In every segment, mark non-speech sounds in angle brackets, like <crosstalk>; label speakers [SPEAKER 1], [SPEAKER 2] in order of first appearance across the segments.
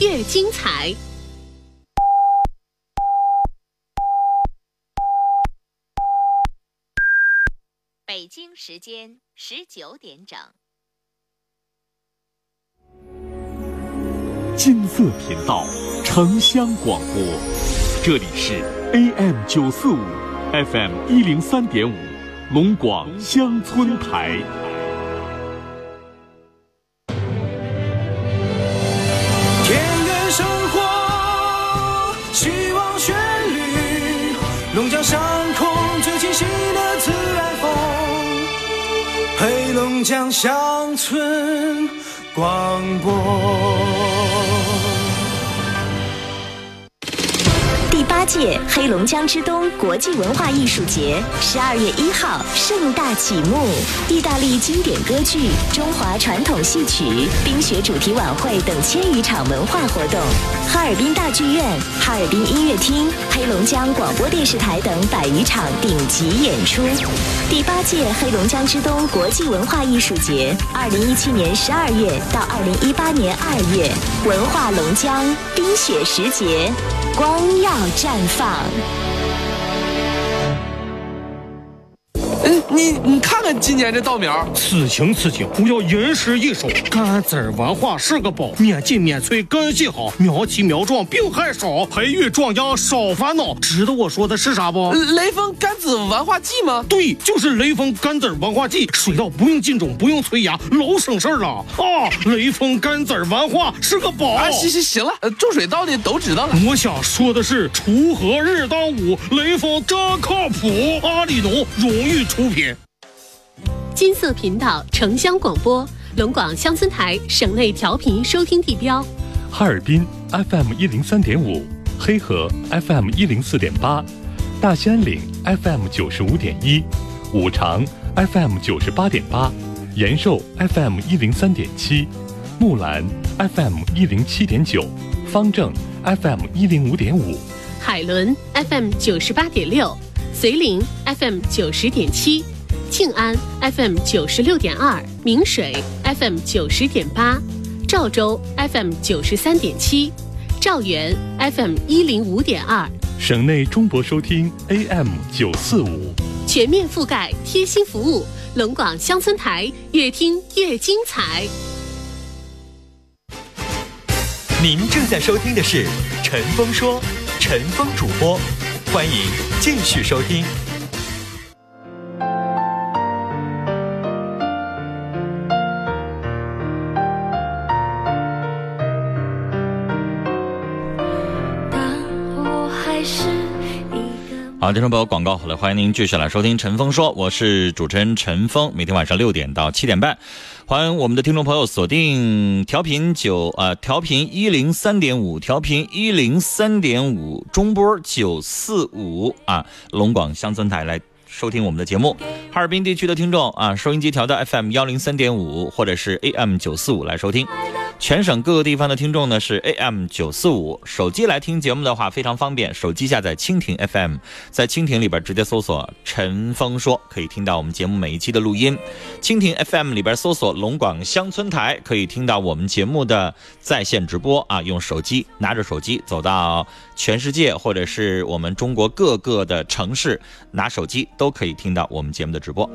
[SPEAKER 1] 越精彩。北京时间十九点整。
[SPEAKER 2] 金色频道城乡广播，这里是 AM 九四五，FM 一零三点五，龙广乡村台。
[SPEAKER 3] 田园生活，希望旋律，龙江上空最清新的自然风，黑龙江乡村广播。
[SPEAKER 4] 第八届黑龙江之冬国际文化艺术节十二月一号盛大启幕，意大利经典歌剧、中华传统戏曲、冰雪主题晚会等千余场文化活动，哈尔滨大剧院、哈尔滨音乐厅、黑龙江广播电视台等百余场顶级演出。第八届黑龙江之冬国际文化艺术节，二零一七年十二月到二零一八年二月，文化龙江，冰雪时节，光耀绽放。
[SPEAKER 5] 嗯，你你看看今年这稻苗，
[SPEAKER 6] 此情此景，不要吟诗一首。甘籽儿文化是个宝，免进免催根系好，苗齐苗壮病害少，培育壮秧少烦恼。知道我说的是啥不？
[SPEAKER 5] 雷锋甘子文化季吗？
[SPEAKER 6] 对，就是雷锋甘籽儿文化季，水稻不用进种，不用催芽，老省事儿了啊！雷锋甘籽儿文化是个宝。
[SPEAKER 5] 啊，行行行了，呃种水稻的都知道了。
[SPEAKER 6] 我想说的是，锄禾日当午，雷锋真靠谱，阿里农荣誉出品。
[SPEAKER 1] 金色频道城乡广播，龙广乡村台省内调频收听地标。
[SPEAKER 7] 哈尔滨 FM 一零三点五，黑河 FM 一零四点八，大兴安岭 FM 九十五点一，五常 FM 九十八点八，延寿 FM 一零三点七，木兰 FM 一零七点九，方正 FM 一零五点五。
[SPEAKER 1] 海伦 FM 九十八点六，绥陵 FM 九十点七，静安 FM 九十六点二，明水 FM 九十点八，赵州 FM 九十三点七，赵源 FM 一零五点二，
[SPEAKER 7] 省内中国收听 AM 九四五。
[SPEAKER 1] 全面覆盖，贴心服务。龙广乡村台，越听越精彩。
[SPEAKER 8] 您正在收听的是《陈峰说》，陈峰主播，欢迎继续收听。
[SPEAKER 9] 当我还是一个。
[SPEAKER 10] 好，听众朋友，广告好了，欢迎您继续来收听《陈峰说》，我是主持人陈峰，每天晚上六点到七点半，欢迎我们的听众朋友锁定调频九呃调频一零三点五，调频一零三点五中波九四五啊，龙广乡村台来。收听我们的节目，哈尔滨地区的听众啊，收音机调到 FM 幺零三点五或者是 AM 九四五来收听。全省各个地方的听众呢是 AM 九四五，手机来听节目的话非常方便，手机下载蜻蜓 FM，在蜻蜓里边直接搜索“陈峰说”，可以听到我们节目每一期的录音。蜻蜓 FM 里边搜索“龙广乡村台”，可以听到我们节目的在线直播啊。用手机拿着手机走到全世界或者是我们中国各个的城市，拿手机都可以听到我们节目的直播。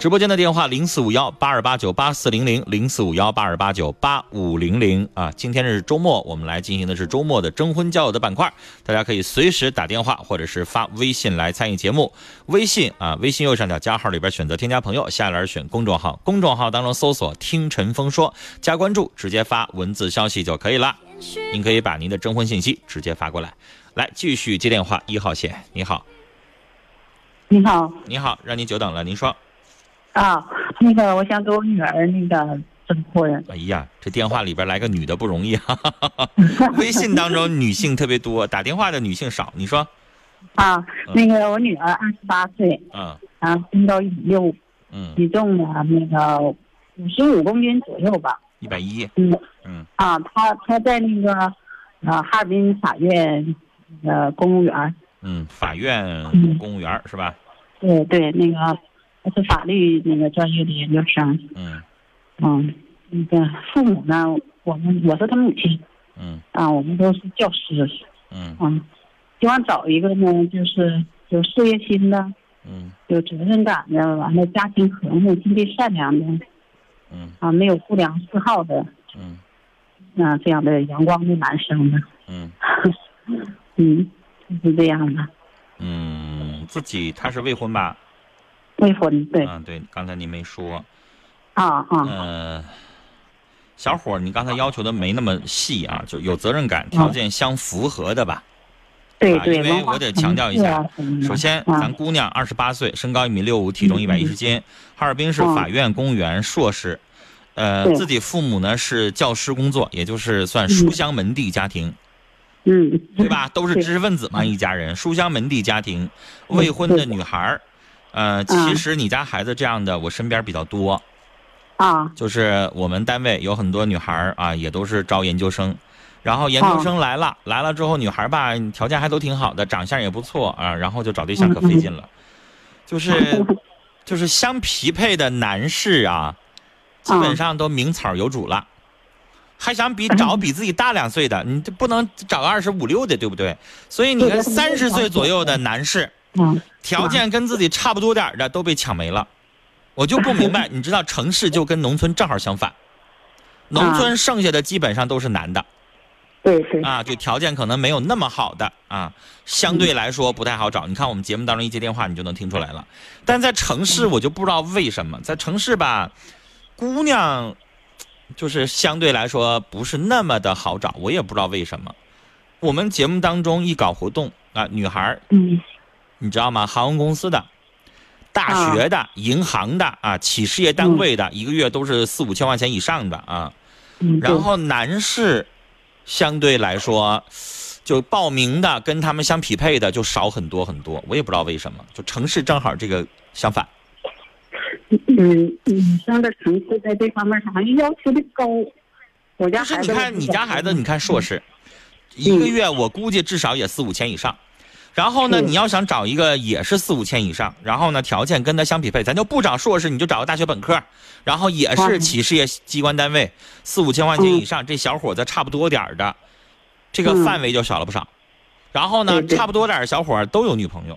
[SPEAKER 10] 直播间的电话零四五幺八二八九八四零零零四五幺八二八九八五零零啊。今天是周末，我们来进行的是周末的征婚交友的板块，大家可以随时打电话或者是发微信来参与节目。微信啊，微信右上角加号里边选择添加朋友，下一栏选公众号，公众号当中搜索“听陈峰说”，加关注，直接发文字消息就可以了。您可以把您的征婚信息直接发过来。来，继续接电话，一号线，你好，
[SPEAKER 11] 你好
[SPEAKER 10] 你好，让您久等了，您说。
[SPEAKER 11] 啊，那个我想给我女儿那个征婚，
[SPEAKER 10] 哎呀，这电话里边来个女的不容易
[SPEAKER 11] <laughs>
[SPEAKER 10] 啊！微信当中女性特别多，打电话的女性少。你说，
[SPEAKER 11] 啊，那个我女儿二十八岁，
[SPEAKER 10] 嗯
[SPEAKER 11] 啊，身高一米六，
[SPEAKER 10] 嗯，
[SPEAKER 11] 体重呢那个五十五公斤左右吧，
[SPEAKER 10] 一百一，
[SPEAKER 11] 嗯，
[SPEAKER 10] 嗯
[SPEAKER 11] 啊，她她在那个呃哈尔滨法院呃公务员，
[SPEAKER 10] 嗯，法院
[SPEAKER 11] 嗯
[SPEAKER 10] 公务员儿是吧？
[SPEAKER 11] 对对，那个她是法律那个专业的研究生，
[SPEAKER 10] 嗯
[SPEAKER 11] 嗯，那个父母呢，我们我是她母亲，
[SPEAKER 10] 嗯
[SPEAKER 11] 啊，我们都是教师，
[SPEAKER 10] 嗯
[SPEAKER 11] 嗯，希望找一个呢，就是有事业心的，
[SPEAKER 10] 嗯
[SPEAKER 11] 有责任感的，完了家庭和睦、心地善良的，
[SPEAKER 10] 嗯
[SPEAKER 11] 啊，没有不良嗜好的，
[SPEAKER 10] 嗯
[SPEAKER 11] 那、这样的阳光的男生的，
[SPEAKER 10] 嗯
[SPEAKER 11] <laughs> 嗯，就是这样的。
[SPEAKER 10] 嗯，自己他是未婚吧？
[SPEAKER 11] 未婚对
[SPEAKER 10] 嗯，对，刚才你没说。
[SPEAKER 11] 啊啊，
[SPEAKER 10] 呃，小伙儿，你刚才要求的没那么细啊，就有责任感、条件相符合的吧？
[SPEAKER 11] 哦对
[SPEAKER 10] 啊
[SPEAKER 11] 对，
[SPEAKER 10] 因为
[SPEAKER 11] 文化
[SPEAKER 10] 我得强调一
[SPEAKER 11] 层次啊
[SPEAKER 10] 下
[SPEAKER 11] 什么，的
[SPEAKER 10] 首先，
[SPEAKER 11] 啊
[SPEAKER 10] 咱姑娘二十八岁，身高一米六五，体
[SPEAKER 11] 嗯
[SPEAKER 10] 重一百一十斤，哈尔滨市法院公务员硕士，呃，
[SPEAKER 11] 对
[SPEAKER 10] 自己父母呢是教师工作，也就是算书香门第家庭，
[SPEAKER 11] 嗯，
[SPEAKER 10] 对
[SPEAKER 11] <laughs>
[SPEAKER 10] 吧？都是知识分子嘛，一家人，书香门第家庭，未婚的女孩儿，呃，其实你家孩子这样的，我身边比较多，
[SPEAKER 11] 啊，
[SPEAKER 10] 就是我们单位有很多女孩儿啊，也都是招研究生，然后研究生来了，来了之后女孩儿吧，条件还都挺好的，长相也不错啊，然后就找对象可费劲了，就是就是相匹配的男士啊，基
[SPEAKER 11] 嗯
[SPEAKER 10] 本上都名草有主了。还想比找比自己大两岁的，你这不能找个二十五六的，对不对？所以你看，
[SPEAKER 11] 对对
[SPEAKER 10] 三
[SPEAKER 11] 对
[SPEAKER 10] 十岁左右的男士，
[SPEAKER 11] 嗯，
[SPEAKER 10] 条件跟自己差不多点儿的都被抢没了，我就不
[SPEAKER 11] <laughs>
[SPEAKER 10] 明白，你知道城市就跟农村正好相反，农
[SPEAKER 11] 嗯
[SPEAKER 10] 村剩下的基本上都是男的
[SPEAKER 11] 对对，
[SPEAKER 10] 啊，就条件可能没有那么好的啊，相对来说不太好找。你看我们节目当中一接电话你就能听出来了，但在城
[SPEAKER 11] 嗯
[SPEAKER 10] 市我就不知道为什么，在城市吧，姑娘就是相对来说不是那么的好找，我也不知道为什么。我们节目当中一搞活动啊，女孩儿
[SPEAKER 11] 嗯
[SPEAKER 10] 你知道吗？航空公司的、
[SPEAKER 11] 啊
[SPEAKER 10] 大学的、银行的啊，企事业单位的，一个月都是四五千块钱以上的啊。
[SPEAKER 11] 嗯，对
[SPEAKER 10] 然后男士相对来说，就报名的跟他们相匹配的就少很多很多，我也不知道为什么，就城市正好这个相反。
[SPEAKER 11] 嗯，女生的层次在这方面好像要求的高。我家
[SPEAKER 10] 但是
[SPEAKER 11] 孩子
[SPEAKER 10] 你看你家孩
[SPEAKER 11] 嗯
[SPEAKER 10] 子，你看硕士，一个月我估计至少也四五千以上。然后呢，
[SPEAKER 11] 是
[SPEAKER 10] 你要想找一个也是四五千以上，然后呢条件跟他相匹配，咱就不找硕士，你就找个大学本科，然后也是
[SPEAKER 11] 嗯
[SPEAKER 10] 企事业机关单位，四五千块钱以上，这小伙子差不多点儿的，这个
[SPEAKER 11] 嗯
[SPEAKER 10] 范围就少了不少。然后呢
[SPEAKER 11] 对，对
[SPEAKER 10] 差不多点儿的小伙儿都有女朋友，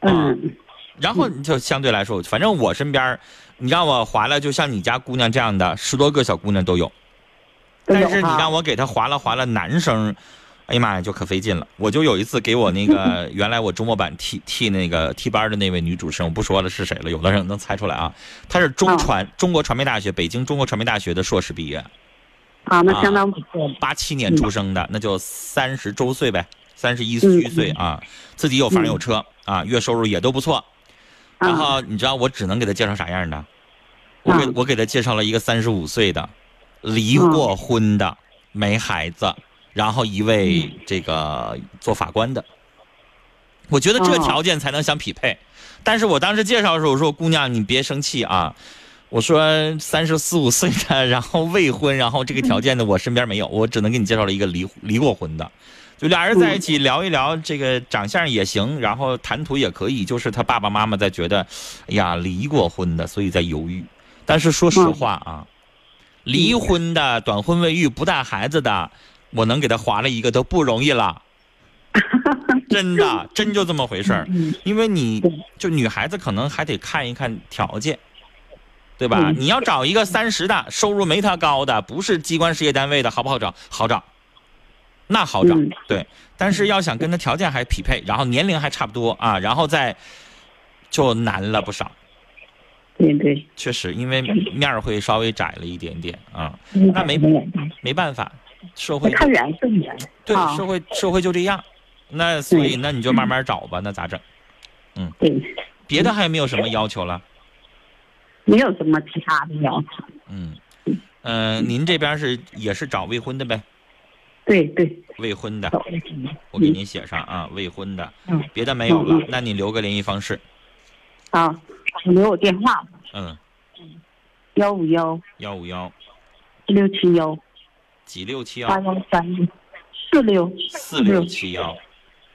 [SPEAKER 10] 啊
[SPEAKER 11] 嗯
[SPEAKER 10] 然后就相对来说，反正我身边儿，你让我划了，就像你家姑娘这样的，十多个小姑娘都有。
[SPEAKER 11] 都有
[SPEAKER 10] 但是你
[SPEAKER 11] 啊
[SPEAKER 10] 让我给他划拉划拉男生，哎呀妈呀，就可费劲了。我就有一次给我
[SPEAKER 11] <laughs>
[SPEAKER 10] 那个原来我周末版替替那个替班的那位女主持人，我不说了是谁了，有的人能猜出来啊。她是中传、中国传媒大学北京中国传媒大学的硕士毕业，
[SPEAKER 11] 啊，那相当不错了。
[SPEAKER 10] 八七年出生的，那就三十周岁呗，三十一
[SPEAKER 11] 嗯
[SPEAKER 10] 岁啊，自己有房有车啊，月收入也都不错。然
[SPEAKER 11] 啊
[SPEAKER 10] 后你知道我只能给他介绍啥样的？我给
[SPEAKER 11] 嗯
[SPEAKER 10] 我给他介绍了一个三十五岁的，离过婚的，没孩子，然后一位
[SPEAKER 11] 嗯
[SPEAKER 10] 这个做法官的。我觉得这
[SPEAKER 11] 哦
[SPEAKER 10] 条件才能相匹配。但是我当时介绍的时候，我说姑娘你别生气啊，我说三十四五岁的，然后未婚，然后这个条件的我身边没有，我只能给你介绍了一个离离过婚的，就俩人在一起聊一聊，这个长相也行，然后谈吐也可以，就是他爸爸妈妈在觉得，哎呀，离过婚的，所以在犹豫。但是说实话啊，离婚的、短婚未育、不带孩子的，我能给他划了一个都不容易了。真的，真就这么回事儿，因为你就女孩子可能还得看一看条件，对吧？
[SPEAKER 11] 嗯
[SPEAKER 10] 你要找一个三十的，收入没他高的，不是机关事业单位的，好不好找？好找，那好找，
[SPEAKER 11] 嗯
[SPEAKER 10] 对。但是要想跟他条件还匹配，然后年龄还差不多啊，然后再就难了不少。
[SPEAKER 11] 对对，
[SPEAKER 10] 确实，因为面儿会稍微窄了一点点啊，那
[SPEAKER 11] 那
[SPEAKER 10] 没没办法，社会
[SPEAKER 11] 嗯看远更远。
[SPEAKER 10] 对
[SPEAKER 11] 啊
[SPEAKER 10] 社会社会就这样，那所以
[SPEAKER 11] 对
[SPEAKER 10] 那你就慢慢找吧，那咋整？嗯
[SPEAKER 11] 对，
[SPEAKER 10] 别的还有没有什么要求了？
[SPEAKER 11] 没有什么其他的要求。
[SPEAKER 10] 嗯，呃，您这边是也是找未婚的呗？
[SPEAKER 11] 对对，
[SPEAKER 10] 未婚的，
[SPEAKER 11] 走了行了
[SPEAKER 10] 我给您写上啊，未婚的，
[SPEAKER 11] 嗯，
[SPEAKER 10] 别的没有
[SPEAKER 11] 嗯
[SPEAKER 10] 了
[SPEAKER 11] 嗯，
[SPEAKER 10] 那你留个联系方式，
[SPEAKER 11] 好，我留我电话
[SPEAKER 10] 嗯，
[SPEAKER 11] 幺五幺
[SPEAKER 10] 幺五幺
[SPEAKER 11] 六七幺
[SPEAKER 10] 几六七
[SPEAKER 11] 八
[SPEAKER 10] 幺
[SPEAKER 11] 幺三六四六
[SPEAKER 10] 四六七幺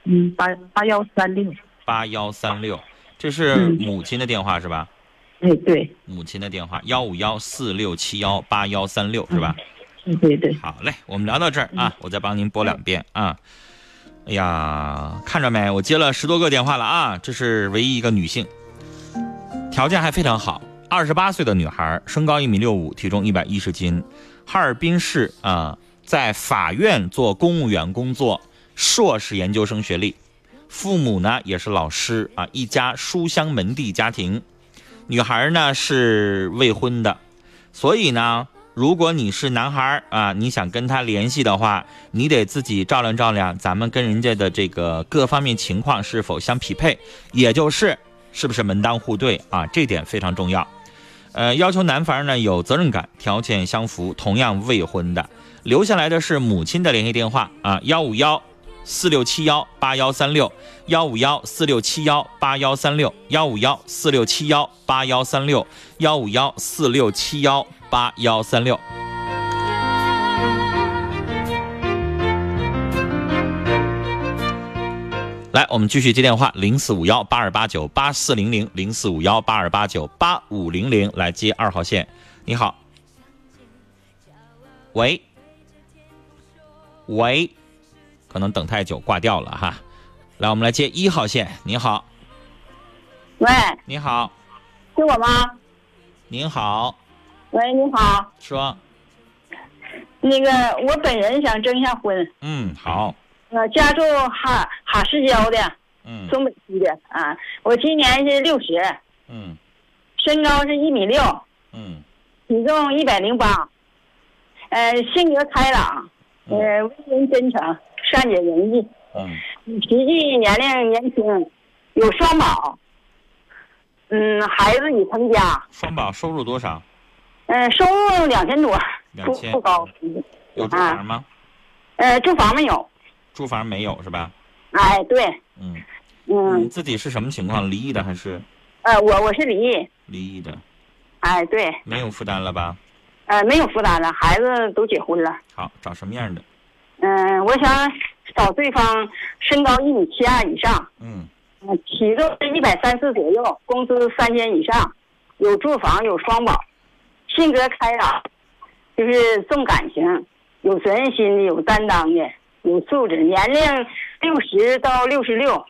[SPEAKER 11] 嗯八八幺三六，嗯
[SPEAKER 10] 八幺三六，这是母亲的电话是吧？
[SPEAKER 11] 哎对
[SPEAKER 10] 母亲的电话幺五幺四六七幺八幺三六是吧？
[SPEAKER 11] 对对对，
[SPEAKER 10] 好嘞，我们聊到这儿啊，我再帮您拨两遍啊。哎呀，看着没，我接了十多个电话了啊，这是唯一一个女性，条件还非常好，二十八岁的女孩，身高一米六五，体重一百一十斤，哈尔滨市啊，在法院做公务员工作，硕士研究生学历，父母呢也是老师啊，一家书香门第家庭。女孩呢是未婚的，所以呢，如果你是男孩儿啊，你想跟他联系的话，你得自己照亮照亮，咱们跟人家的这个各方面情况是否相匹配，也就是是不是门当户对啊，这点非常重要。呃，要求男方呢有责任感，条件相符，同样未婚的，留下来的是母亲的联系电话啊，幺五幺四六七幺八幺三六，幺五幺四六七幺八幺三六，幺五幺四六七幺八幺三六，幺五幺四六七幺八幺三六。来，我们继续接电话，零四五幺八二八九八四零零，零四五幺八二八九八五零零，来接二号线。你好，喂，喂，可能等太久挂掉了哈。来，我们来接一号线。你好，
[SPEAKER 12] 喂，
[SPEAKER 10] 你好，
[SPEAKER 12] 是我吗？
[SPEAKER 10] 您好，
[SPEAKER 12] 喂，你好，
[SPEAKER 10] 说，
[SPEAKER 12] 那个我本人想征一下婚，
[SPEAKER 10] 嗯，好，
[SPEAKER 12] 呃，家住哈哈市郊的，
[SPEAKER 10] 嗯，
[SPEAKER 12] 东北区的啊。我今年是六十，
[SPEAKER 10] 嗯，
[SPEAKER 12] 身高是一米六，
[SPEAKER 10] 嗯，
[SPEAKER 12] 体重一百零八，呃，性格开朗，
[SPEAKER 13] 嗯
[SPEAKER 12] 呃，为人真诚，善解人意，
[SPEAKER 10] 嗯，
[SPEAKER 12] 脾气年龄年轻，有双保，嗯，孩子已成家，
[SPEAKER 10] 双宝收入多少？
[SPEAKER 12] 嗯、收入两千多，不
[SPEAKER 10] 2000
[SPEAKER 12] 不高，
[SPEAKER 10] 有住房吗？
[SPEAKER 12] 呃，住房没有，
[SPEAKER 10] 住房没有是吧？
[SPEAKER 12] 哎，对，
[SPEAKER 10] 嗯，你
[SPEAKER 12] 嗯，
[SPEAKER 10] 自己是什么情况？离异的还是
[SPEAKER 12] 呃，我我是离异，
[SPEAKER 10] 离异的？
[SPEAKER 12] 哎，对，
[SPEAKER 10] 没有负担了吧？
[SPEAKER 12] 呃，没有负担了，孩子都结婚了，
[SPEAKER 10] 好，找什么样的？
[SPEAKER 12] 嗯、我想找对方身高一米七二以上，
[SPEAKER 10] 嗯，
[SPEAKER 12] 呃体重是一百三四左右，工资三千以上，有住房有双保，性格开朗，就是重感情，有责任心的，有担当的，有素质，年龄六十到六十六，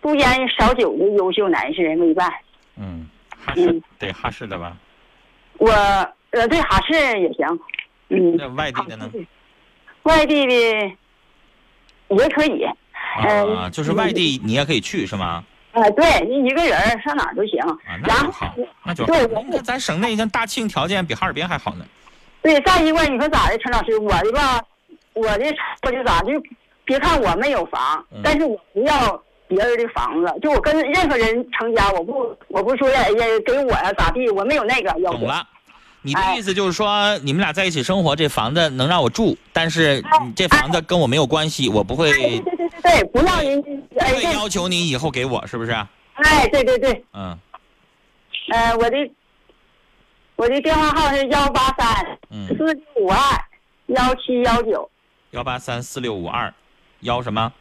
[SPEAKER 12] 不烟少酒的优秀男士为伴。
[SPEAKER 10] 嗯，哈市得哈市的吧？
[SPEAKER 12] 我呃对哈市也行，嗯，
[SPEAKER 10] 那外地的呢？啊
[SPEAKER 12] 外地的也可以，
[SPEAKER 10] 啊，就是外地你也可以去是吗？啊
[SPEAKER 12] 呃，对你一个人儿上哪儿都行。然后
[SPEAKER 10] 那就好
[SPEAKER 12] 对我
[SPEAKER 10] 那咱省内像大庆条件比哈尔滨还好呢。
[SPEAKER 12] 对，再一个你说咋的，陈老师，我的吧，我的我就咋，就别看我没有房，但是我不要别人的房子，就我跟任何人成家，我不我不说哎呀给我呀咋地，我没有那个要求。哎
[SPEAKER 10] 懂了。你的意思就是说，你们俩在一起生活，这房子能让我住，但是你这房子跟我没有关系，我不会
[SPEAKER 12] 哎对对对对，不让人家哎
[SPEAKER 10] 会
[SPEAKER 12] 这
[SPEAKER 10] 要求你以后给我，是不是？
[SPEAKER 12] 哎对对对，
[SPEAKER 10] 嗯
[SPEAKER 12] 呃我的我的电话号是幺八三
[SPEAKER 10] 嗯，
[SPEAKER 12] 四九五二幺七幺九
[SPEAKER 10] 幺八三四六五二，幺什么？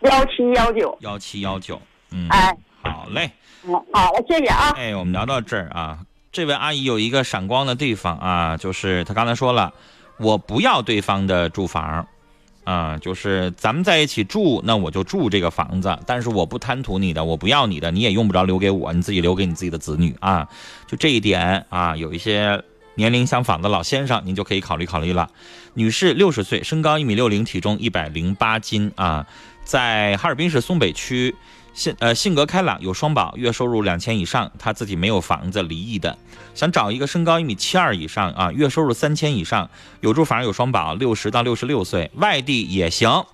[SPEAKER 12] 幺七幺九，
[SPEAKER 10] 幺七幺九。嗯，
[SPEAKER 12] 哎，
[SPEAKER 10] 好嘞。
[SPEAKER 12] 嗯好了，谢谢啊。
[SPEAKER 10] 哎，我们聊到这儿啊，这位阿姨有一个闪光的地方啊，就是她刚才说了，我不要对方的住房，啊，就是咱们在一起住，那我就住这个房子，但是我不贪图你的，我不要你的，你也用不着留给我，你自己留给你自己的子女啊。就这一点啊，有一些年龄相仿的老先生，您就可以考虑考虑了。女士，六十岁，身高一米六零，体重一百零八斤啊，在哈尔滨市松北区。性呃性格开朗，有双保，月收入两千以上，她自己没有房子，离异的，想找一个身高一米七二以上啊，月收入三千以上，有住房有双保，六十到六十六岁，外地也行。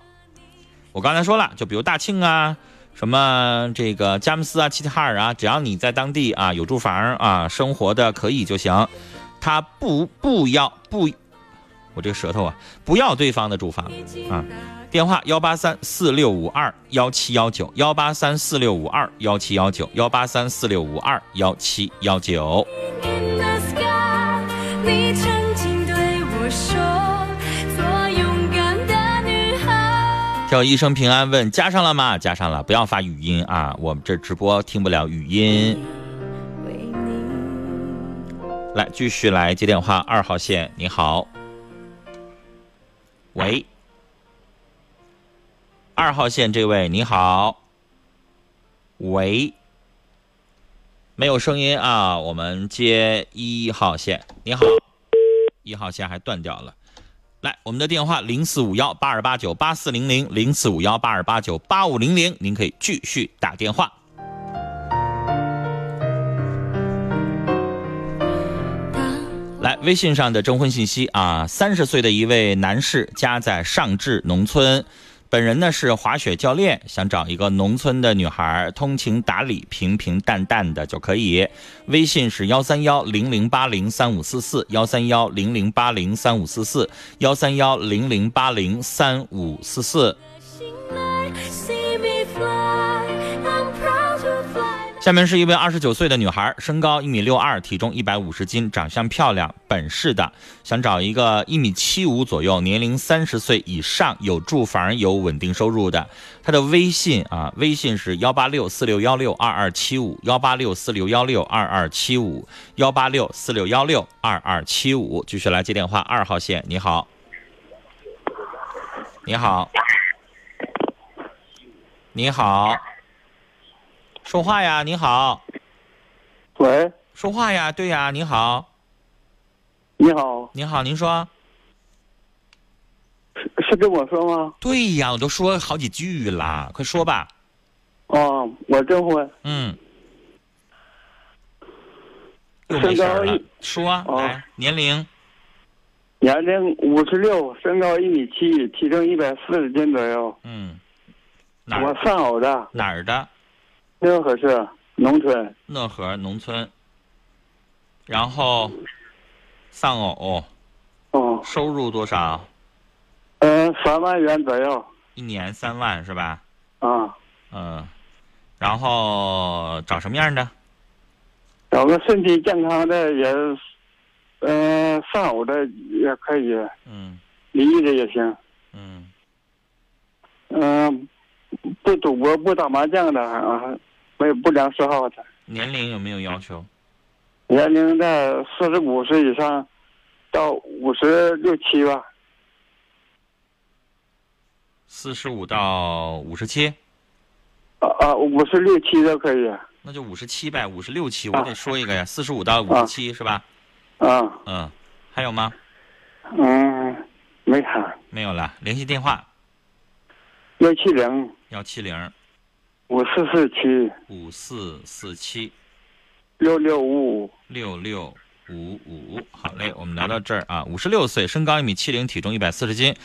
[SPEAKER 10] 我刚才说了，就比如大庆啊，什么这个佳木斯啊、齐齐哈尔啊，只要你在当地啊有住房啊，生活的可以就行。他不不要不，我这个舌头啊，不要对方的住房啊。电话幺八三四六五二幺七幺九，幺八三四六五二幺七幺九，幺八三四六五二幺七幺九。
[SPEAKER 9] In the sky，你曾经对我说，做勇敢的女孩。
[SPEAKER 10] 叫一生平安问加上了吗？加上了，不要发语音啊，我们这直播听不了语音。来，继续来接电话，二号线，你好，喂，二号线这位你好，喂，没有声音啊，我们接一号线，你好，一号线还断掉了。来，我们的电话零四五幺八二八九八四零零零四五幺八二八九八五零零，您可以继续打电话。来，微信上的征婚信息啊，三十岁的一位男士家在上智农村，本人呢是滑雪教练，想找一个农村的女孩，通情达理，平平淡淡的就可以。微信是幺三幺零零八零三五四四，幺三幺零零八零三五四四，幺三幺零零八零三五四四。
[SPEAKER 9] See me fly, I'm proud to fly.
[SPEAKER 10] 下面是一位二十九岁的女孩，身高一米六二，体重一百五十斤，长相漂亮，本市的，想找一个一米七五左右，年龄三十岁以上，有住房，有稳定收入的。她的微信啊，微信是幺八六四六幺六二二七五，幺八六四六幺六二二七五，幺八六四六幺六二二七五。继续来接电话，二号线，你好，你好，你好。说话呀，你好。
[SPEAKER 13] 喂。
[SPEAKER 10] 说话呀，对呀，你好。
[SPEAKER 13] 你好。
[SPEAKER 10] 你好，您说。
[SPEAKER 13] 是跟我说吗？
[SPEAKER 10] 对呀，我都说好几句了，快说吧。
[SPEAKER 13] 哦，我征婚，
[SPEAKER 10] 嗯，又没
[SPEAKER 13] 身
[SPEAKER 10] 事
[SPEAKER 13] 高
[SPEAKER 10] 儿了
[SPEAKER 13] 一，
[SPEAKER 10] 说来年龄。
[SPEAKER 13] 年龄五十六，身高一米七，体重一百四十斤左右。
[SPEAKER 10] 嗯，哪儿
[SPEAKER 13] 我上偶的，
[SPEAKER 10] 哪儿的？
[SPEAKER 13] 讷河市农村。
[SPEAKER 10] 讷河农村。然后，丧偶。
[SPEAKER 13] 哦。
[SPEAKER 10] 收入多少？
[SPEAKER 13] 嗯，三万元左右。
[SPEAKER 10] 一年三万是吧？
[SPEAKER 13] 啊，
[SPEAKER 10] 嗯。然后找什么样的？
[SPEAKER 13] 找个身体健康的也，嗯，上偶的也可以，
[SPEAKER 10] 嗯
[SPEAKER 13] 离异的也行。
[SPEAKER 10] 嗯。
[SPEAKER 13] 嗯，不赌博，不打麻将的啊，没有不良嗜好的，
[SPEAKER 10] 年龄有没有要求？
[SPEAKER 13] 年龄在四十五岁以上到五十六七吧。
[SPEAKER 10] 四十五到五十七，
[SPEAKER 13] 啊啊，五十六七都可以。
[SPEAKER 10] 那就五十七呗，五十六期我得说一个呀，四十五到五十七是吧？
[SPEAKER 13] 啊，
[SPEAKER 10] 嗯，还有吗？
[SPEAKER 13] 嗯，没啥。
[SPEAKER 10] 没有了。联系电话
[SPEAKER 13] 幺七零
[SPEAKER 10] 幺七零
[SPEAKER 13] 五四四七
[SPEAKER 10] 五四四七
[SPEAKER 13] 六六五五。
[SPEAKER 10] 六六五五。好嘞，我们聊到这儿啊。五十六岁，身高一米七零，体重一百四十斤，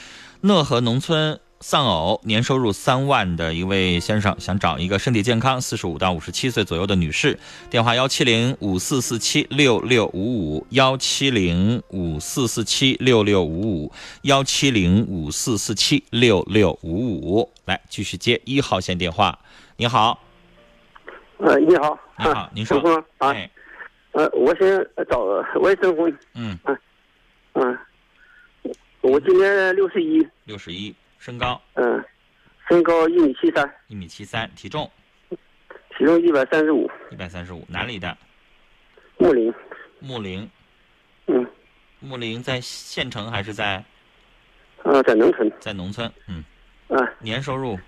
[SPEAKER 10] 讷河农村丧偶，年收入三万的一位先生，想找一个身体健康、四十五到五十七岁左右的女士。电话幺七零五四四七六六五五，幺七零五四四七六六五五，幺七零五四四七六六五五。来，继续接一号线电话。你好，
[SPEAKER 14] 呃，你好，
[SPEAKER 10] 你好，您
[SPEAKER 14] 陈
[SPEAKER 10] 说，哎
[SPEAKER 14] 峰啊，呃，我先找，我也征婚，
[SPEAKER 10] 嗯，
[SPEAKER 14] 嗯、我今年六十一，
[SPEAKER 10] 六十一，身高
[SPEAKER 14] 嗯，身高一米七三，
[SPEAKER 10] 一米七三，体重
[SPEAKER 14] 体重一百三十五，
[SPEAKER 10] 一百三十五，哪里的？
[SPEAKER 14] 木林，
[SPEAKER 10] 木林。
[SPEAKER 14] 嗯。
[SPEAKER 10] 木林在县城还是在？
[SPEAKER 14] 呃，在农村，
[SPEAKER 10] 在农村。嗯。
[SPEAKER 14] 嗯、
[SPEAKER 10] 年收入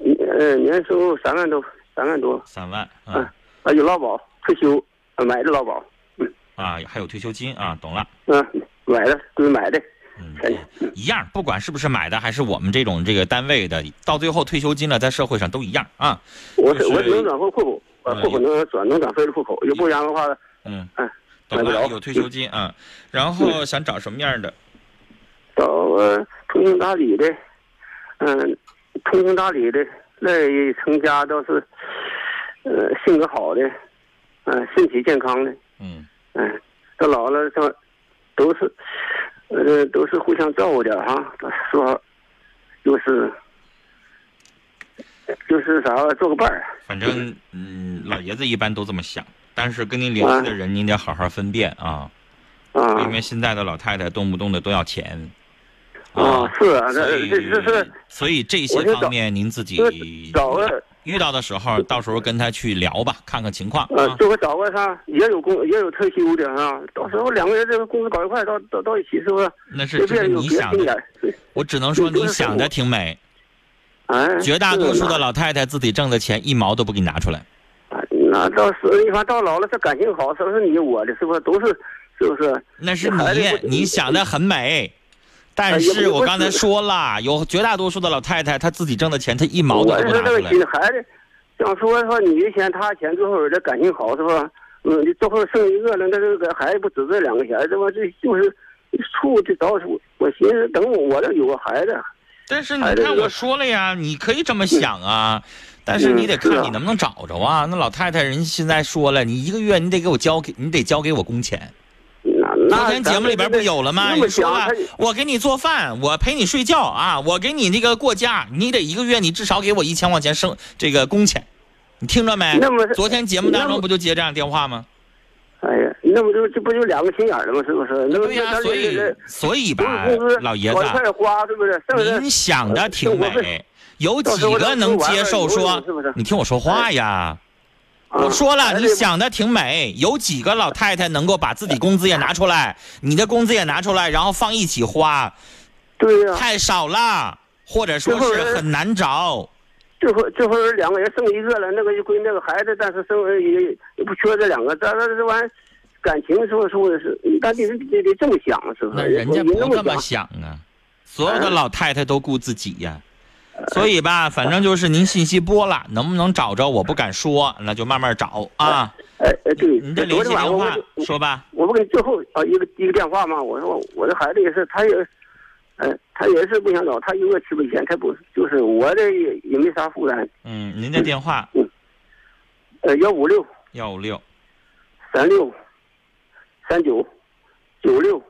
[SPEAKER 14] 呃，年收入三万多，三万多，
[SPEAKER 10] 三万。嗯
[SPEAKER 14] 嗯，啊，有劳保，退休，呃买的劳保，
[SPEAKER 10] 啊，还有退休金啊，懂了。
[SPEAKER 14] 嗯、买的，就是买的，
[SPEAKER 10] 嗯
[SPEAKER 14] 嗯
[SPEAKER 10] 一样，不管是不是买的，还是我们这种这个单位的，到最后退休金了，在社会上都一样啊。
[SPEAKER 14] 我
[SPEAKER 10] 就是
[SPEAKER 14] 我只能转户户口，呃，户口能转能转非户口，要不然的话，
[SPEAKER 10] 嗯，
[SPEAKER 14] 嗯，
[SPEAKER 10] 懂
[SPEAKER 14] 买不
[SPEAKER 10] 了，
[SPEAKER 14] 着
[SPEAKER 10] 有退休金啊。然后想找什么样的？
[SPEAKER 14] 找个呃通情达理的，嗯、通情达理的，乐意成家，倒是，呃，性格好的，嗯、身体健康的，
[SPEAKER 10] 嗯，
[SPEAKER 14] 嗯、到老了这都是，呃，都是互相照顾点哈、说，就是，就是啥做个伴儿，
[SPEAKER 10] 反正嗯，老爷子一般都这么想，但是跟您联系的人，您得好好分辨啊。因为现在的老太太动不动的都要钱。啊，
[SPEAKER 14] 是啊，
[SPEAKER 10] 所
[SPEAKER 14] 这
[SPEAKER 10] 以
[SPEAKER 14] 这这是
[SPEAKER 10] 所以这
[SPEAKER 14] 我
[SPEAKER 10] 些
[SPEAKER 14] 就
[SPEAKER 10] 方
[SPEAKER 14] 找
[SPEAKER 10] 面您自己
[SPEAKER 14] 就是找个
[SPEAKER 10] 遇到的时候，到时候跟他去聊吧，看看情况
[SPEAKER 14] 呃
[SPEAKER 10] 啊，。
[SPEAKER 14] 这回找过他，也有工也有退休的啊。到时候两个人这个工资搞一块，到到到一起是不是？
[SPEAKER 10] 那是
[SPEAKER 14] 随
[SPEAKER 10] 这是
[SPEAKER 14] 便有
[SPEAKER 10] 你
[SPEAKER 14] 别
[SPEAKER 10] 想
[SPEAKER 14] 心眼
[SPEAKER 10] 的
[SPEAKER 14] 儿，，
[SPEAKER 10] 我只能说
[SPEAKER 14] 有多
[SPEAKER 10] 你
[SPEAKER 14] 少
[SPEAKER 10] 想
[SPEAKER 14] 生
[SPEAKER 10] 的
[SPEAKER 14] 活
[SPEAKER 10] 挺美。
[SPEAKER 14] 哎，
[SPEAKER 10] 绝大
[SPEAKER 14] 是
[SPEAKER 10] 多数的
[SPEAKER 14] 哪
[SPEAKER 10] 老太太自己挣的钱一毛都不给你拿出来。
[SPEAKER 14] 那到时你看到老了，这感情好，都是你我的，是不是？都是是不是？
[SPEAKER 10] 那是
[SPEAKER 14] 孩子
[SPEAKER 10] 你
[SPEAKER 14] 不，
[SPEAKER 10] 你想的很美，
[SPEAKER 14] 哎
[SPEAKER 10] 但
[SPEAKER 14] 也不
[SPEAKER 10] 是
[SPEAKER 14] 是
[SPEAKER 10] 我
[SPEAKER 14] 不
[SPEAKER 10] 刚才
[SPEAKER 14] 是
[SPEAKER 10] 说了，有绝大多数的老太太，她自己挣的钱，她一毛都
[SPEAKER 14] 我
[SPEAKER 10] 不
[SPEAKER 14] 是
[SPEAKER 10] 拿
[SPEAKER 14] 这个
[SPEAKER 10] 出来。
[SPEAKER 14] 心，孩子想说说你的钱，他的钱，最后人家感情好是吧？嗯，你最后生一个了，那这个孩子不止这两个钱，这不这就是处就找我，我寻思等我这有个孩子，
[SPEAKER 10] 但是你
[SPEAKER 14] 哎这
[SPEAKER 10] 看
[SPEAKER 14] 个
[SPEAKER 10] 我说了呀，你可以这么想 <laughs> 啊，但是你
[SPEAKER 14] 嗯
[SPEAKER 10] 得看你能不能找着啊。那老太太人现在说了，你一个月你得给我交给，你得交给我工钱。昨天节目里边不有了吗？
[SPEAKER 14] 那么
[SPEAKER 10] 你说了
[SPEAKER 14] 想他，
[SPEAKER 10] 我给你做饭，我陪你睡觉啊，我给你那个过家，你得一个月你至少给我一千块钱生这个工钱，你听着没？
[SPEAKER 14] 那么
[SPEAKER 10] 昨天节目当
[SPEAKER 14] 那
[SPEAKER 10] 中
[SPEAKER 14] 么
[SPEAKER 10] 不就接这样电话吗？
[SPEAKER 14] 哎呀，那不就这不就两个心眼儿了吗？是不是？那么
[SPEAKER 10] 对呀、
[SPEAKER 14] 那咱
[SPEAKER 10] 所以
[SPEAKER 14] 嗯这
[SPEAKER 10] 所以吧
[SPEAKER 14] 这工资，
[SPEAKER 10] 老爷子啊
[SPEAKER 14] 搞一块儿花，是不是？是不是？
[SPEAKER 10] 您想的挺
[SPEAKER 14] 呃生活
[SPEAKER 10] 美
[SPEAKER 14] 费，
[SPEAKER 10] 有几个能接
[SPEAKER 14] 到
[SPEAKER 10] 受说
[SPEAKER 14] 时候我到时候我玩玩游泳是不哎啊是？
[SPEAKER 10] 你听我说话呀。我说了，你想的挺美，有几个老太太能够把自己工资也拿出来，你的工资也拿出来，然后放一起花？
[SPEAKER 14] 对呀、
[SPEAKER 10] 太少了，或者说
[SPEAKER 14] 最后
[SPEAKER 10] 是
[SPEAKER 14] 人
[SPEAKER 10] 很难找。
[SPEAKER 14] 最后最后两个人生一个了，那个就归那个孩子，但是生也也不缺这两个，但是这玩意儿感情是不是不是？但得得得这么想，是不
[SPEAKER 10] 那
[SPEAKER 14] 是？
[SPEAKER 10] 人家
[SPEAKER 14] 你
[SPEAKER 10] 不
[SPEAKER 14] 那
[SPEAKER 10] 这么
[SPEAKER 14] 么，
[SPEAKER 10] 想啊，所有的老太太都顾自己呀、所以吧，反正就是您信息播了，能不能找着我不敢说，那就慢慢找啊。
[SPEAKER 14] 哎哎，对，
[SPEAKER 10] 你这联系
[SPEAKER 14] 昨天晚上我
[SPEAKER 10] 电话说吧。
[SPEAKER 14] 我不给你最后啊一个一个电话吗？我说我这孩子也是，他也，呃，他也是不想找，他一个吃不闲，他不就是我这也也没啥负担，
[SPEAKER 10] 嗯，您的电话
[SPEAKER 14] 呃，幺五六
[SPEAKER 10] 幺五六
[SPEAKER 14] 三六三九九六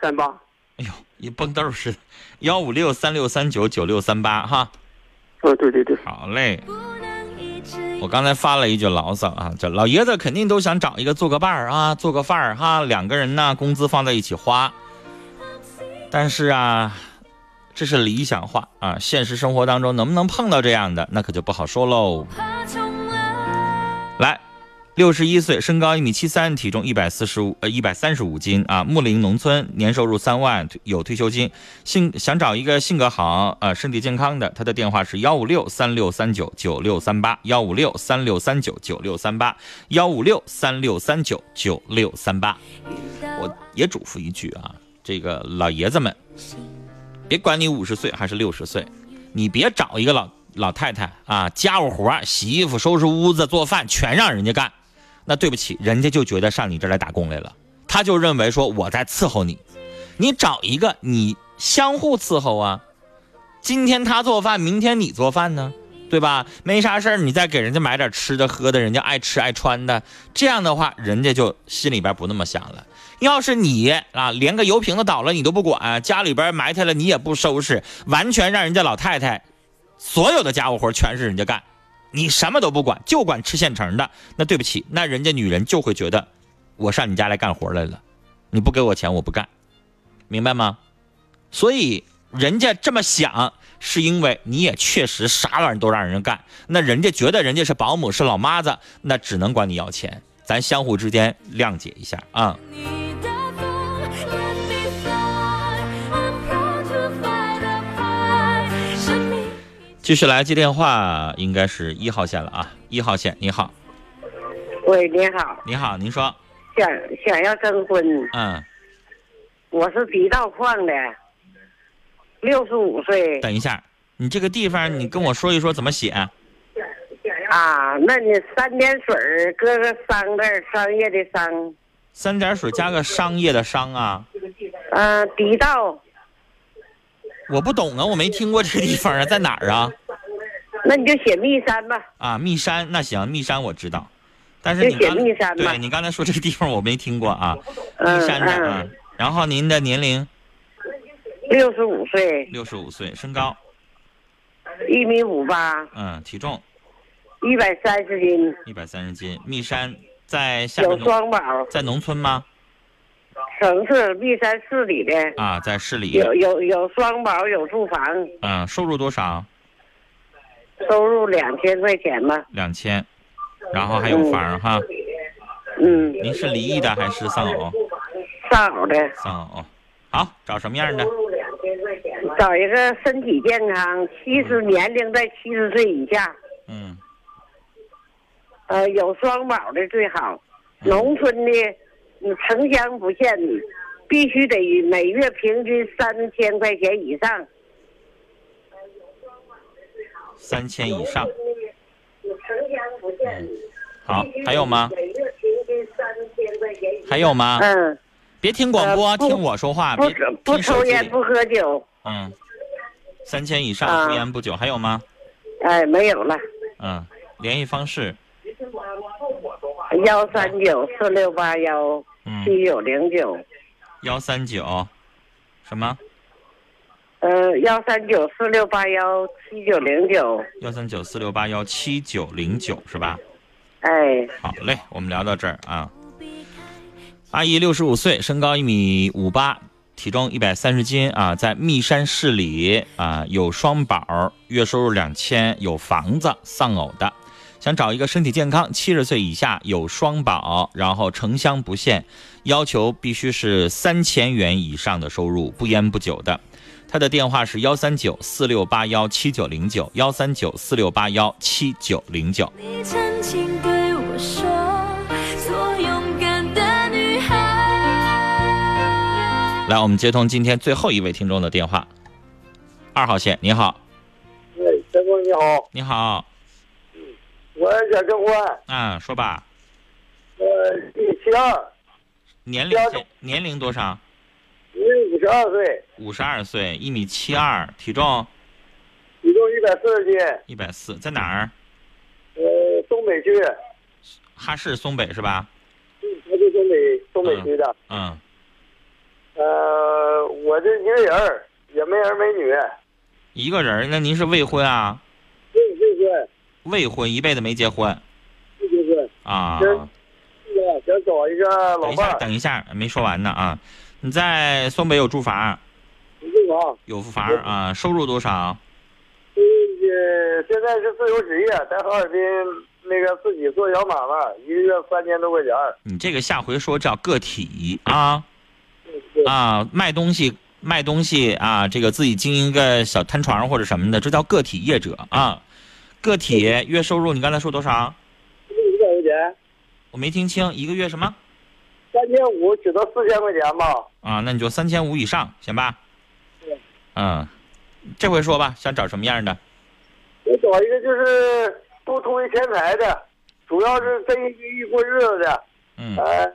[SPEAKER 14] 三八，
[SPEAKER 10] 一蹦豆似的，幺五六三六三九九六三八哈。
[SPEAKER 14] 嗯，对对对。
[SPEAKER 10] 好嘞。我刚才发了一句牢骚啊，这老爷子肯定都想找一个做个伴儿啊，做个范儿哈，两个人呢工资放在一起花。但是啊，这是理想化啊，现实生活当中能不能碰到这样的，那可就不好说喽。
[SPEAKER 9] 怕重来。
[SPEAKER 10] 来，六十一岁，身高一米七三，体重一百四十五呃一百三十五斤啊，木林农村，年收入三万，退有退休金，性想找一个性格好呃身体健康的，他的电话是幺五六三六三九九六三八幺五六三六三九九六三八幺五六三六三九九六三八。我也嘱咐一句啊，这个老爷子们，别管你五十岁还是六十岁，你别找一个老老太太啊，家务活儿、洗衣服、收拾屋子、做饭全让人家干，那对不起，人家就觉得上你这儿来打工来了，他就认为说我在伺候你，你找一个你相互伺候啊，今天他做饭，明天你做饭呢，对吧？没啥事儿，你再给人家买点吃的喝的，人家爱吃爱穿的，这样的话，人家就心里边不那么想了。要是你啊，连个油瓶子倒了你都不管，家里边埋汰了你也不收拾，完全让人家老太太所有的家务活全是人家干，你什么都不管，就管吃现成的，那对不起，那人家女人就会觉得我上你家来干活来了，你不给我钱我不干，明白吗？所以人家这么想，是因为你也确实啥玩意儿都让人干，那人家觉得人家是保姆是老妈子，那只能管你要钱，咱相互之间谅解一下啊、继续来接电话，应该是一号线了啊，一号线，你好，
[SPEAKER 15] 喂，你好，
[SPEAKER 10] 你好，您说，
[SPEAKER 15] 想想要征婚，
[SPEAKER 10] 嗯，
[SPEAKER 15] 我是地道矿的，六十五岁
[SPEAKER 10] 等一下，你这个地方你跟我说一说怎么写？
[SPEAKER 15] 啊，那你三点水儿搁个商字儿，商业的商，
[SPEAKER 10] 三点水加个商业的商啊，
[SPEAKER 15] 嗯、地道，
[SPEAKER 10] 我不懂啊，我没听过这地方啊，在哪儿啊？
[SPEAKER 15] 那你就写密山吧，
[SPEAKER 10] 啊，密山，那行，密山我知道，但是
[SPEAKER 15] 就
[SPEAKER 10] 你
[SPEAKER 15] 写
[SPEAKER 10] 刚
[SPEAKER 15] 密山吧
[SPEAKER 10] 对你刚才说这个地方我没听过啊，
[SPEAKER 15] 嗯
[SPEAKER 10] 密山的
[SPEAKER 15] 嗯
[SPEAKER 10] 啊。然后您的年龄
[SPEAKER 15] 六十五岁，
[SPEAKER 10] 六十五岁，身高
[SPEAKER 15] 一米五八，
[SPEAKER 10] 嗯，体重
[SPEAKER 15] 一百三十斤，
[SPEAKER 10] 一百三十斤，密山在下
[SPEAKER 15] 有
[SPEAKER 10] 面农
[SPEAKER 15] 双保，
[SPEAKER 10] 在农村吗？
[SPEAKER 15] 城市密山市里的，
[SPEAKER 10] 啊，在市里
[SPEAKER 15] 有有有双保，有住房，
[SPEAKER 10] 嗯，收入多少？
[SPEAKER 15] 收入两千块钱吧。
[SPEAKER 10] 两千，然后还有房哈。
[SPEAKER 15] 嗯。
[SPEAKER 10] 您是离异的还是丧偶？
[SPEAKER 15] 丧偶的。
[SPEAKER 10] 丧偶。哦好，找什么样的？
[SPEAKER 15] 找一个身体健康，七十年龄在七十岁以下。
[SPEAKER 10] 嗯。
[SPEAKER 15] 呃，有双保的最好。农村的，嗯城乡不限，必须得每月平均三千块钱以上。
[SPEAKER 10] 三千以上。
[SPEAKER 15] 城乡不限。
[SPEAKER 10] 嗯好，还有吗？
[SPEAKER 15] 每月平均三千块钱以上
[SPEAKER 10] 还有吗？
[SPEAKER 15] 嗯。
[SPEAKER 10] 别听广播，啊听我说话，别
[SPEAKER 15] 呃不
[SPEAKER 10] 听手
[SPEAKER 15] 抽
[SPEAKER 10] 机
[SPEAKER 15] 烟
[SPEAKER 10] 里。
[SPEAKER 15] 不喝酒，啊
[SPEAKER 10] 嗯。三千以上，不言不酒，还有吗？
[SPEAKER 15] 哎，没有了。
[SPEAKER 10] 嗯，联系方式。
[SPEAKER 15] 幺三九四六八幺七九零九，
[SPEAKER 10] 嗯幺三九，什么？
[SPEAKER 15] 呃，幺三九四六八幺七九零九，
[SPEAKER 10] 幺三九四六八幺七九零九是吧？
[SPEAKER 15] 哎，
[SPEAKER 10] 好嘞，我们聊到这儿啊。阿姨六十五岁，身高一米五八，体重一百三十斤啊，在密山市里啊，有双保，月收入两千，有房子，丧偶的，想找一个身体健康，七十岁以下，有双保，然后城乡不限，要求必须是三千元以上的收入，不烟不酒的。他的电话是幺三九四六八幺七九零九，幺三九四六八幺七九零九。
[SPEAKER 9] 你真情对我说，做勇敢的女孩。
[SPEAKER 10] 来，我们接通今天最后一位听众的电话，二号线，你好，
[SPEAKER 16] 哎，陈工你好，
[SPEAKER 10] 你好，
[SPEAKER 16] 我想征婚，
[SPEAKER 10] 啊，说吧，
[SPEAKER 16] 我一七二，
[SPEAKER 10] 年龄线年龄多少？
[SPEAKER 16] 一米五十二岁，
[SPEAKER 10] 五十二岁，一米七二，体重
[SPEAKER 16] 体重一百四十斤，
[SPEAKER 10] 一百四，在哪儿？
[SPEAKER 16] 呃，东北区，
[SPEAKER 10] 哈市松北是吧？
[SPEAKER 16] 我是东北东北区的，
[SPEAKER 10] 嗯，
[SPEAKER 16] 呃，我这一个人儿也没儿没女，
[SPEAKER 10] 一个人儿，那您是未婚啊？
[SPEAKER 16] 这这是
[SPEAKER 10] 未婚，一辈子没结婚
[SPEAKER 16] 这就是
[SPEAKER 10] 啊？
[SPEAKER 16] 是的，想找一个
[SPEAKER 10] 等
[SPEAKER 16] 老
[SPEAKER 10] 一
[SPEAKER 16] 伴
[SPEAKER 10] 下，
[SPEAKER 16] 儿，
[SPEAKER 10] 等一下，没说完呢啊！你在松北有住房，
[SPEAKER 16] 不是啊，
[SPEAKER 10] 有房啊？收入多少？
[SPEAKER 16] 呃，现在是自由职业，在哈尔滨那个自己做小买卖，一个月三千多块钱儿，
[SPEAKER 10] 你这个下回说叫个体啊啊，卖东西卖东西啊，这个自己经营一个小摊床或者什么的，这叫个体业者啊。个体月收入，你刚才说多少？
[SPEAKER 16] 一百块钱，
[SPEAKER 10] 我没听清，一个月什么
[SPEAKER 16] 三千五只能四千块钱吧，
[SPEAKER 10] 啊？那你就三千五以上，行吧
[SPEAKER 16] 对？
[SPEAKER 10] 嗯，这回说吧，想找什么样的？
[SPEAKER 16] 我找一个就是不图于钱财的，主要是真心真意过日子的。
[SPEAKER 10] 嗯。
[SPEAKER 16] 呃，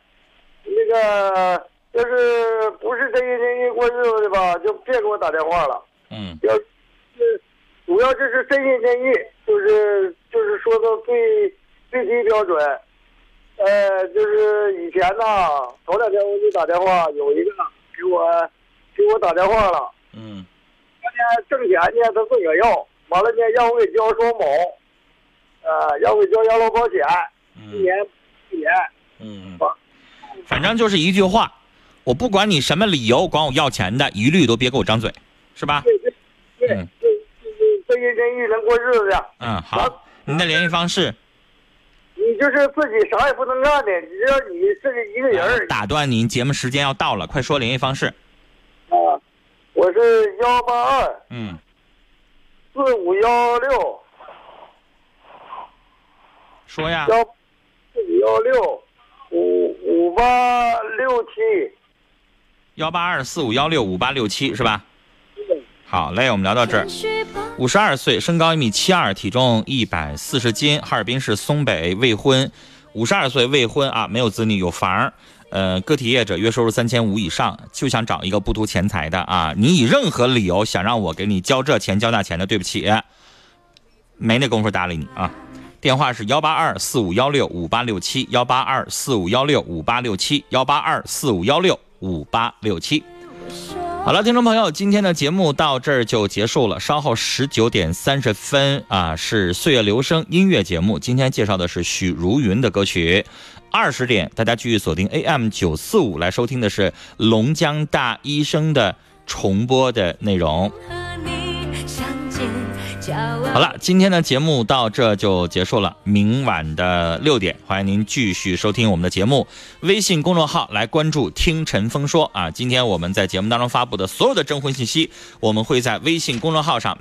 [SPEAKER 16] 那个就是不是真心真意过日子的吧，就别给我打电话了。
[SPEAKER 10] 嗯。
[SPEAKER 16] 要是主要就是真心真意，就是就是说到最最低标准。呃，就是以前呢，头两天我给你打电话，有一个给我给我打电话了。
[SPEAKER 10] 嗯。
[SPEAKER 16] 他呢挣钱呢，他自个儿要，完了呢让我给交双保，呃，让我给交养老保险，一年一年，
[SPEAKER 10] 嗯，反正就是一句话，我不管你什么理由，管我要钱的，一律都别给我张嘴，是吧？
[SPEAKER 16] 真心真意能过日子。
[SPEAKER 10] 嗯，好，您的联系方式。
[SPEAKER 16] 你就是自己啥也不能干的，你知道你自己一个人儿。
[SPEAKER 10] 打断您，节目时间要到了，快说联系方式。
[SPEAKER 16] 啊，我是幺八二
[SPEAKER 10] 嗯，
[SPEAKER 16] 四五幺六
[SPEAKER 10] 说呀，
[SPEAKER 16] 幺四五幺六五五八六七。
[SPEAKER 10] 幺八二四五幺六五八六七是吧？好嘞，我们聊到这儿。五十二岁，身高一米七二，体重一百四十斤，哈尔滨市松北，未婚，五十二岁未婚啊，没有子女，有房儿。呃，个体业者，月收入三千五以上，就想找一个不图钱财的啊！你以任何理由想让我给你交这钱交那钱的，对不起，哎没那功夫搭理你啊。电话是幺八二四五幺六五八六七，幺八二四五幺六五八六七，幺八二四五幺六五八六七。好了，听众朋友，今天的节目到这儿就结束了。稍后十九点三十分啊，是《岁月留声》音乐节目，今天介绍的是许茹芸的歌曲。二十点，大家继续锁定 AM 九四五来收听的是龙江大医生的重播的内容。
[SPEAKER 9] 和你相见，
[SPEAKER 10] 好了，今天的节目到这就结束了。明晚的六点，欢迎您继续收听我们的节目。微信公众号来关注“听陈峰说”啊。今天我们在节目当中发布的所有的征婚信息，我们会在微信公众号上。